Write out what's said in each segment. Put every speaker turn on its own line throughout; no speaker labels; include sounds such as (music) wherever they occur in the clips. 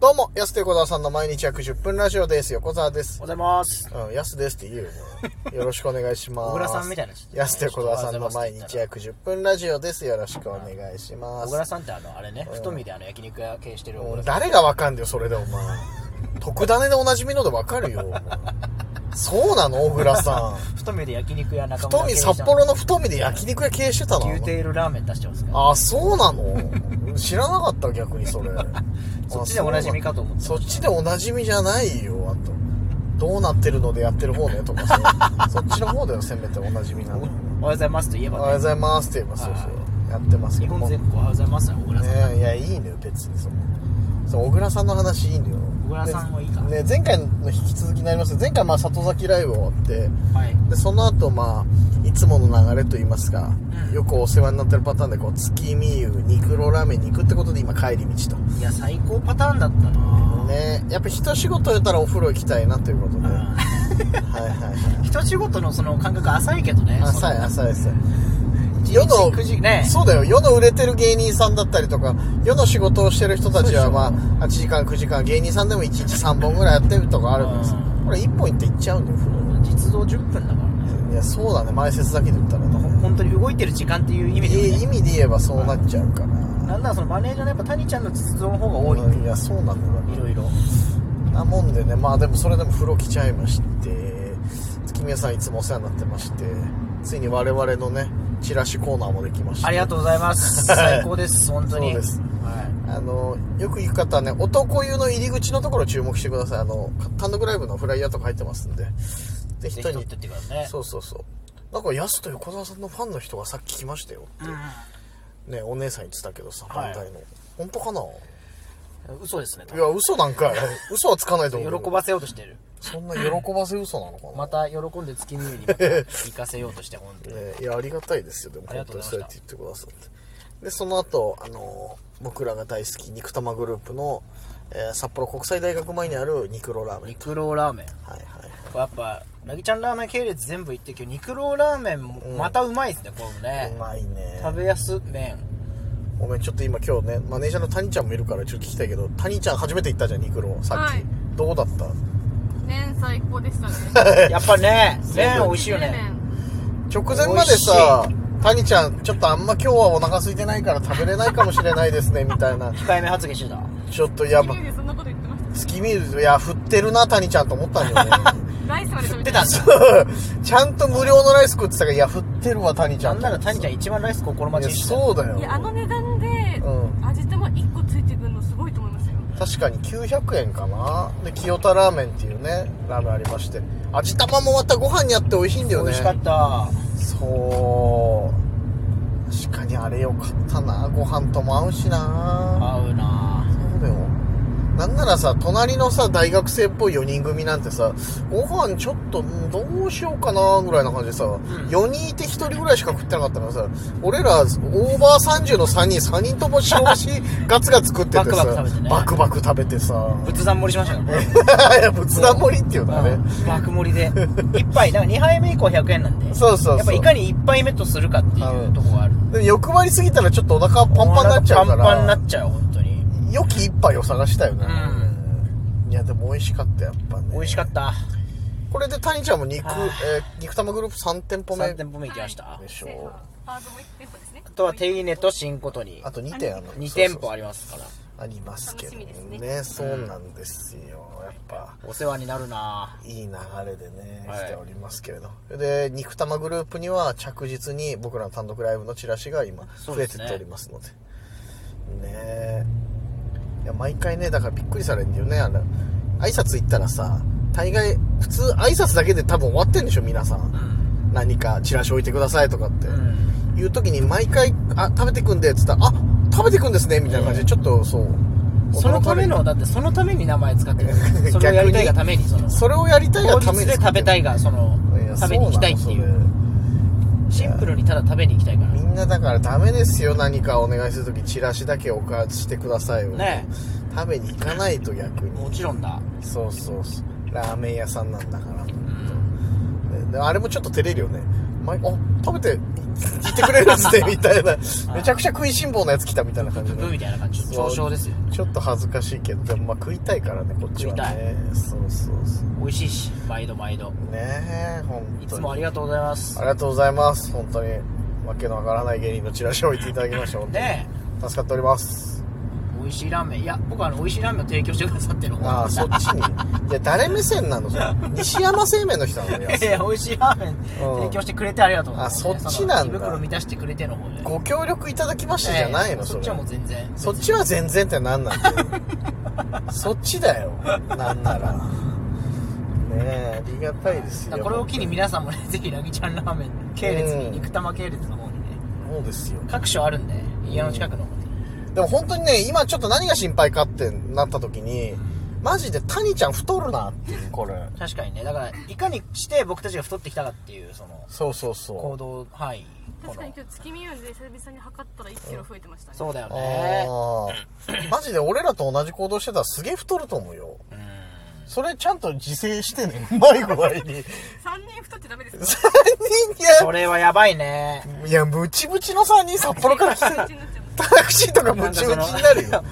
どうも、安手小沢さんの毎日約10分ラジオです。横澤です。
おはようございます。
うん、安ですって言うよ、もうよろしくお願いします。
小倉さんみたいな
安手小沢さんの毎日約10分ラジオです。よろしくお願いしま
小
す。
倉さんってあの、あれね、太身であの焼肉屋経営してる小
もう
倉さん。
誰がわかんだよ、それでお前。特ダネでおなじみのでわかるよ。お前そうなの小倉さん。
太身で焼肉屋仲間
太
が経
身、
営してる
札幌の太身で焼肉屋経営してたの
牛テールラーメン出してますから。
あ、そうなの知らなかった、逆にそれ。
(laughs) そっちでおなじみかと思って
そっちでおなじみじゃないよ、あと。どうなってるのでやってる方ねとか
(laughs)
さ。そっちの方だよ、せめておなじみなの。
おはようございますと言え
おはよう
ば
ご
ね、
ざいますって言いますよ、そうやってます
日
けど
本
も。
全国おはようございますは小倉さん。
ねいや、いいのよ、別にその。そう、小倉さんの話いいのよ。
小倉さんもいいか
ね、前回の引き続きになりますけど前回、まあ、里崎ライブを終わって、
はい。
でその後まあいつもの流れといいますか、
うん
よくお世話になってるパターンでこう月見湯肉ローラーメンに行くってことで今帰り道
いや、最高パターンだったな
とねやっぱ一仕事やったらお風呂行きたいなということで、はい
ぁ。
はいは
一仕事のその感覚浅いけどね。
い浅い
その。
浅いですよ
世の9時ね。
そうだよ世の売れてる芸人さんだったりとか世の仕事をしてる人たちはまあ8時間9時間芸人さんでも1日3本ぐらいやってるとかあるんですよ
うん
これ1本行って行っちゃうんだよ
実動10分だからね。
風呂いやそうだね前説だけで言ったらね
本当に動いてる時間っていう意味で
い
ね
い意味で言えばそうなっちゃうから
なんならそのマネージャーのやっぱ谷ちゃんの実動の方が多いっていう
いやそうなんだよ
いろいろ
なもんでねまあでもそれでも風呂来ちゃいまして月宮さんいつもお世話になってましてついに我々のねチラシコーナーもできました
ありがとうござい (laughs) ます最高です本当に
そうです
は
あのよく行く方はね男湯の入り口のところ注目してくださいあの単独ライブのフライヤーとか入ってますんでぜ
い
ひと
ぜひ取
に
ってってくださいね
そうそうそうなんかヤスと横澤さんのファンの人がさっき来ましたよねお姉さん言ってたけどさ
は
反
い
対の、本当かな
うん嘘ですね多
い
分
や嘘なんかい (laughs) 嘘はつかないと思うけど
喜ばせようとしてる
そんな喜ばせ嘘なのかな、
また喜んで月見湯に行かせようとして本当に
ねいやありがたいですよでも
あり
本
がと
当にそ
うございました
うやって言ってくださってでその後あの僕らが大好き肉玉グループの、えー札幌国際大学前にある肉ロラーメン
肉ローラーメン
はいはい
これやっぱなぎちゃんラーメン系列全部行ってるけど肉ローラーメンもまたうまいですねこれも
う
ね
まいね
食べやす麺
ごめんちょっと今今日ねマネージャーの谷ちゃんもいるからちょっと聞きたいけど谷ちゃん初めて行ったじゃん肉ロさっき、
はい
どうだった
麺最高でしたね
やっ
(laughs)
ぱね麺美味しいよね
直前までさ谷ちゃんちょっとあんま今日はお腹空いてないから食べれないかもしれないですねみたいな
(laughs) 控えめ発言してた
ちょっとや
麺
ば
綺麗でそんなこと言ってました
月見るいや振ってるな谷ちゃんと思ったんだよね
(laughs)
ライスまで食べ
出
て
たんだ
ちゃんと無料のライス食ってたから、いや、振ってるわ、谷ちゃ。
なんんなら谷ちゃん一番ライス心
い
待
や、
ちにしてた
そうだよ
い。やあの値段で
うん
味玉1個ついてくるのすごいと思いますよ
確かに900円かな。で、清田ラーメンっていうね、ラーメンありまして。味玉もまたご飯にあって美味しいんだよね。
美味しかった
そう。確かにあれよかったな。ご飯とも合うしな。
合うな
そうだよ。なんならさ、隣のさ、大学生っぽい4人組なんてさ、ご飯ちょっと、うんどうしようかな、ぐらいな感じでさ、4人いて1人ぐらいしか食ってなかったからさ、俺ら、オーバー30の3人、3人とも白飯 (laughs) ガツガツ食っててさ、
バクバク食べてね
バクバク食べてさ、 (laughs)
仏壇盛りしましたよね
いや、仏壇盛りっていうのはね、
爆盛りで1杯だから2杯目以降100円なんで
そうそうそう
やっぱいかに1杯目とするかっていうとこがある
でも欲張りすぎたらちょっとお腹パンパンになっちゃうから、
パンパンになっちゃう本当に
良き一杯を探したよね。
うん
いや、でも美味しかった、やっぱね。
美味しかった
これで谷ちゃんも肉、
あー
えー肉玉グループ3店舗目
3店舗目行きました
でし
で
ょ。
パートも1店舗ですね
あとは手稲と新琴に
あと2点ある
2店舗あ
り
りますから
ありますけどね
楽しみです
そうなんですよやっぱ
お世話になるない
い流れでね、
はい
来ておりますけれどで肉玉グループには着実に僕らの単独ライブのチラシが今
そう
増え
で
て
す
っ
ね
ておりますのでねえいや毎回ねだからびっくりされるんだよねあの挨拶行ったらさ大概普通挨拶だけで多分終わってんでしょ皆さん何かチラシ置いてくださいとかって、
うん
いう時に毎回「あ食べてくんで」っつったら「あ食べてくんですね」みたいな感じでちょっとそう
そのためのだってそのために名前
(laughs)
使ってるそれをやりたいがためにその
それをやりたいが
当
ため
日
に
で食べた
い
いがその
や
食べに行きたいってい
そうな
う
の
シンプルにただ食べに行きたいか
それ
ら
みんなだからダメですよ何かお願いする時チラシだけおかずしてくださいよ
ね
食べに行かないと逆
も
に
ちろんだ
そうそうそうラーメン屋さんなんだからでであれもちょっと照れるよね毎あ食べていってくれるんす
(laughs)
ねみたいなめちゃくちゃ食いしん坊なやつ来たみたいな感じ
ブブ
で
みたいな感じ
そう
上昇ですよ
ちょっと恥ずかしいけどでもまあ食いたいからねこっちはねそうそうそう
美味しいし毎度毎度
ねえ本当に
いつもありがとうございます
ありがとうございます本当にわけのわからない芸人のチラシを置いていただきまして本当に
ね
助かっております
え美味しいラーメンいや僕あの美味しいラーメンを提供してくださってる方
ああそっちにじゃ誰目線なのそれ西山製麺の人なのよ
(laughs) いやいや美味しいラーメン提供してくれてありがとうございます、
あそっちなんだ
胃袋満たしてくれての方で
ご協力いただきましたじゃないの、
ええそ
そ
っ
れ
ちはもう全然
そっちは全然ってなんなんだよそっちだよなんならねえありがたいです
だ
よ
からこれを機に皆さんもねぜひラギちゃんラーメン系列に肉玉系列の方にね
そうですよ
各所あるんで家の近くの方に、
でも本当にね今ちょっと何が心配かってなった時にマジで谷ちゃん太るなっていうこれ
確かにねだからいかにして僕たちが太ってきたかっていうその
そうそうそう
行動範囲こ
確かに
の
今日月見よりで久々に測ったら1キロ増えてましたね。
そうだよね
ああ。マジで俺らと同じ行動してたらすげえ太ると思うよ。それちゃんと自制してね。 (laughs) うまい具合に。
3人太ってダメですか
三人や
それはやばいね
いや、ムチムチの三人札幌
(laughs)
から来
(laughs)
て
うち
る。
になっちゃいます
タクシーとかムチムチになるよ。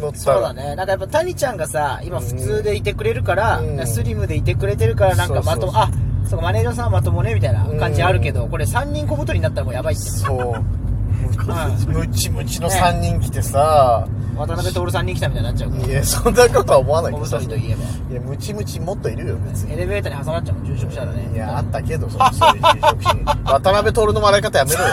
乗った
そうだ
ら。
ねなんかやっぱ谷ちゃんがさ今普通でいてくれるから、
うん
スリムでいてくれてるからなんかまと
そうそう
もあそうかマネージャーさんはまともねみたいな感じあるけど、これ3人小太りになったらもうやばいって
そう。
う
ムチムチの三人来てさ、
渡辺徹さんに来たみたいになっちゃうから
いや、そんなことは思わない
小
けど
太
さ。
りと
い
いえば
や、ムチムチもっといるよ、別に。
エレベーターに挟まっちゃうもん重職者だね
いや、あったけど、そのそういう就職し渡辺徹の笑い方やめろよ。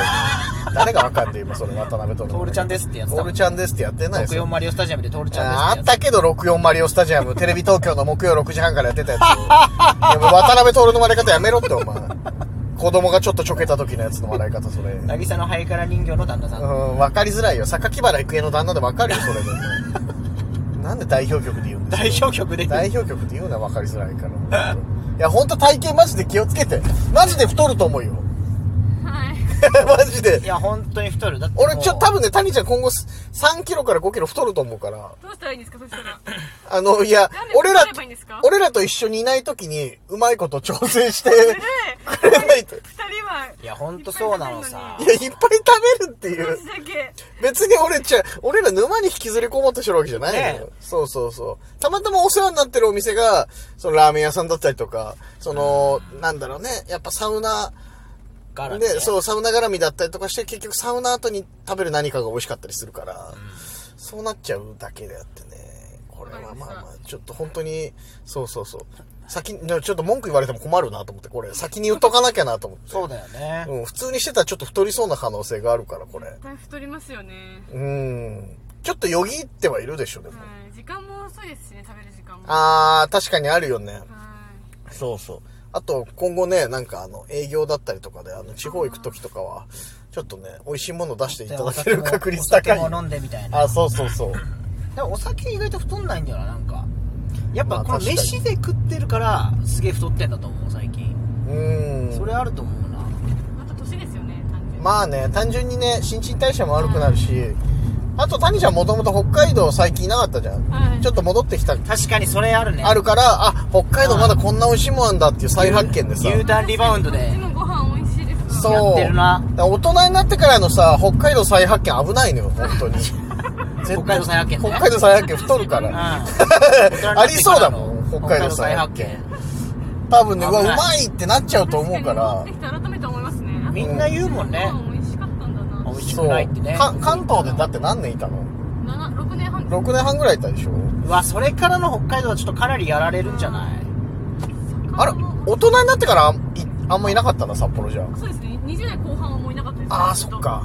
誰がわかんねえ、今、それ渡辺徹の笑い方。
徹ちゃんですってやつ
トー
だ
ルちゃんですってやってないです
64
よ。
マリオスタジアムで徹ち
あ
ゃん
ーあ
で
っ
すってや
たけど、64マリオスタジアム、テレビ東京の木曜6時半からやってたやつ。いやもう渡辺徹の笑い方やめろって、お前。子供がちょっとちょけた時のやつの笑い方、それ。
つ渚のハイカラ人形の旦那さん、
うん、わかりづらいよ。榊原郁恵の旦那でわかるよ、それで。なんで代表曲で言うんだよ
代表曲で
代表曲って言うな、わかりづらいから。いや、ほんと体型マジで気をつけて。マジで太ると思うよ。 (laughs)
はい。
マジで
い。や本当に太るだって
俺、ちょ、
もう
多分ね、谷ちゃん今後3キロから5キロ太ると思うから。
どうしたらいいんですかそしたら。
あの、いや
なんで、
俺ら
どうすればいいんですか、
俺らと一緒にいないときに、うまいこと調整
(laughs)
して (laughs)
ねえ
くれないと。い
二人は。
いやほんとそうなのさ
や、いっぱい食べるってい
少
う
し。だけ。
別に俺ちゃ、俺ら沼に引きずりこもってしろるわけじゃないのよ、
ねえ
そうそうそう。たまたまお世話になってるお店が、そのラーメン屋さんだったりとか、その、なんだろうね、やっぱサウナ、
からね
で、そう、サウナ絡みだったりとかして、結局サウナ後に食べる何かが美味しかったりするから、そうなっちゃうだけであってね、これはまあまあ、ちょっと本当に、そうそうそう。先に、ちょっと文句言われても困るなと思って、これ、先に言っとかなきゃなと思って。
そうだよね、
うん、普通にしてたらちょっと太りそうな可能性があるから、これ。
絶対太りますよね。
うん。ちょっとよぎってはいるでしょ、でも。
はい。時間も遅いですしね、食べる時間も。は
あー、確かにあるよね。
い。
そうそう。あと、今後ね、なんかあの、営業だったりとかで、あの、地方行く時とかは、ちょっとね、美味しいもの出していただける確率高い。
お酒も飲んでみたいな
あ、そうそうそう。
でもお酒意外と太んないんだよななんかやっ
ま
ぱ
あ
この
確かに
飯で食ってるからすげえ太ってんだと思う最近
うーん。
それあると思うな
あと年ですよね、単純に。
まあね、単純にね、新陳代謝も悪くなるし、あと、谷ちゃんもともと北海道最近いなかったじゃん。
はい
ちょっと戻ってきた、
確かにそれあるね
あるから、あ、北海道まだこんな美味しいもんなんだっていう再発見でさ。
U ターンリバウンドで
こっちのご飯美味しいですもんね
そう。
やってるな
だから大人になってからのさ、北海道再発見危ないのよ、本当に。絶対
(laughs) 北海道再発見ね
北海道再発見太るから。
あ
(laughs) ありそうだもん北海道再発見多分ね、うわ、う
危ない
まいってなっちゃうと思うか
確
ら
に戻って。きて改めて思いますね。
みんな言うもんね
ご飯美味しかったんだ
美
な。
味しくないってね
か関東でだって何年いたの
七六年半。
?6 年半ぐらいいたでしょ
うわそれからの北海道はちょっとかなりやられるんじゃない
あら、大人になってからあんいあんまいなかったな、札幌じゃ。
そうですね。二十代後半はもういなかったです。
ああ、そっ。か。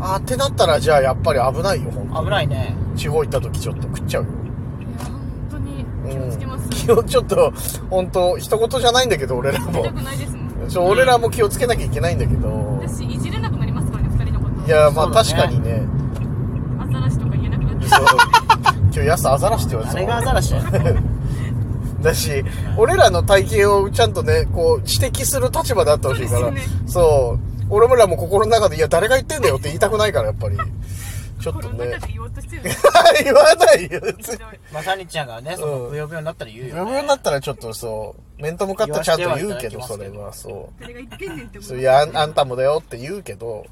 あーってなったら、じゃあやっぱり危ないよ、本当
危ないね
地方行った時ちょっと食っちゃうよ。
いや本当に気をつけます。
気をちょっと、本当一言じゃないんだけど、俺ら
見
も
た。くないですもん。
ちょ俺らも気をつけなきゃいけないんだけど。
私いじれなくなりますからね二人のこと。
いや、まあ、
そうだね
確かにね。
アザラシとか言えなくなっち
そ
ゃ
う
う。
今日安アザラシって言われてた
あれがアザラシ
(laughs)
だよ
だし、俺らの体型をちゃんとね、こう、指摘する立場であってほしいから。
そうです
そう。俺らも心の中で、いや、誰が言ってんだよって言いたくないから、やっぱり。ちょっと
この
ね (laughs)
中で言おうとしてる。
言わないよ別 (laughs) に
まあ、サニちゃんがね、その、ぶよぶよになったら言う
ブ
よ、ね。
ヨブヨになったらちょっとそう面と向かってちゃんと言うけどそれはそう
それが言ってんねんって思
そう
う。
いやあんあんたもだよって言うけど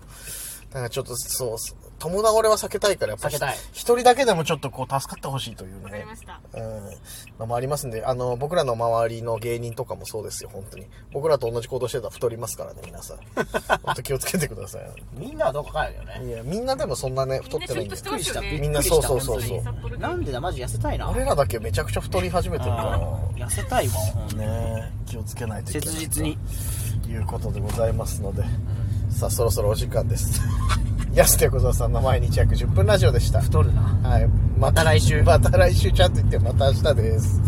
なんかちょっとそう友倒れは避けたいからやっぱり
避けたい
一人だけでもちょっとこう助かってほしいという
わかり
ね
ました。
うんのもありますんであの僕らの周りの芸人とかもそうですよ本当に僕らと同じ行動してたら太りますからね皆
(laughs)
さん本当気をつけてください
みんなはどうかわかるよね。
いやみんなでもそんなね太ってないん
みんなシュッと
で
してますよね。
みんなそうそうそうそう
札幌で
なんでだ、マジ痩せたいな。
俺らだけめちゃくちゃ太り始めてる
あ
か
ー痩せたいわ、ほんと
らね気をつけないといけ
切
ない
実に。
ということでございますので、さあそろそろお時間です (laughs) 安手小沢さんの毎日約10分ラジオでした
太るな。
はい、ま
また来週
また来週ちゃんと言ってまた明日です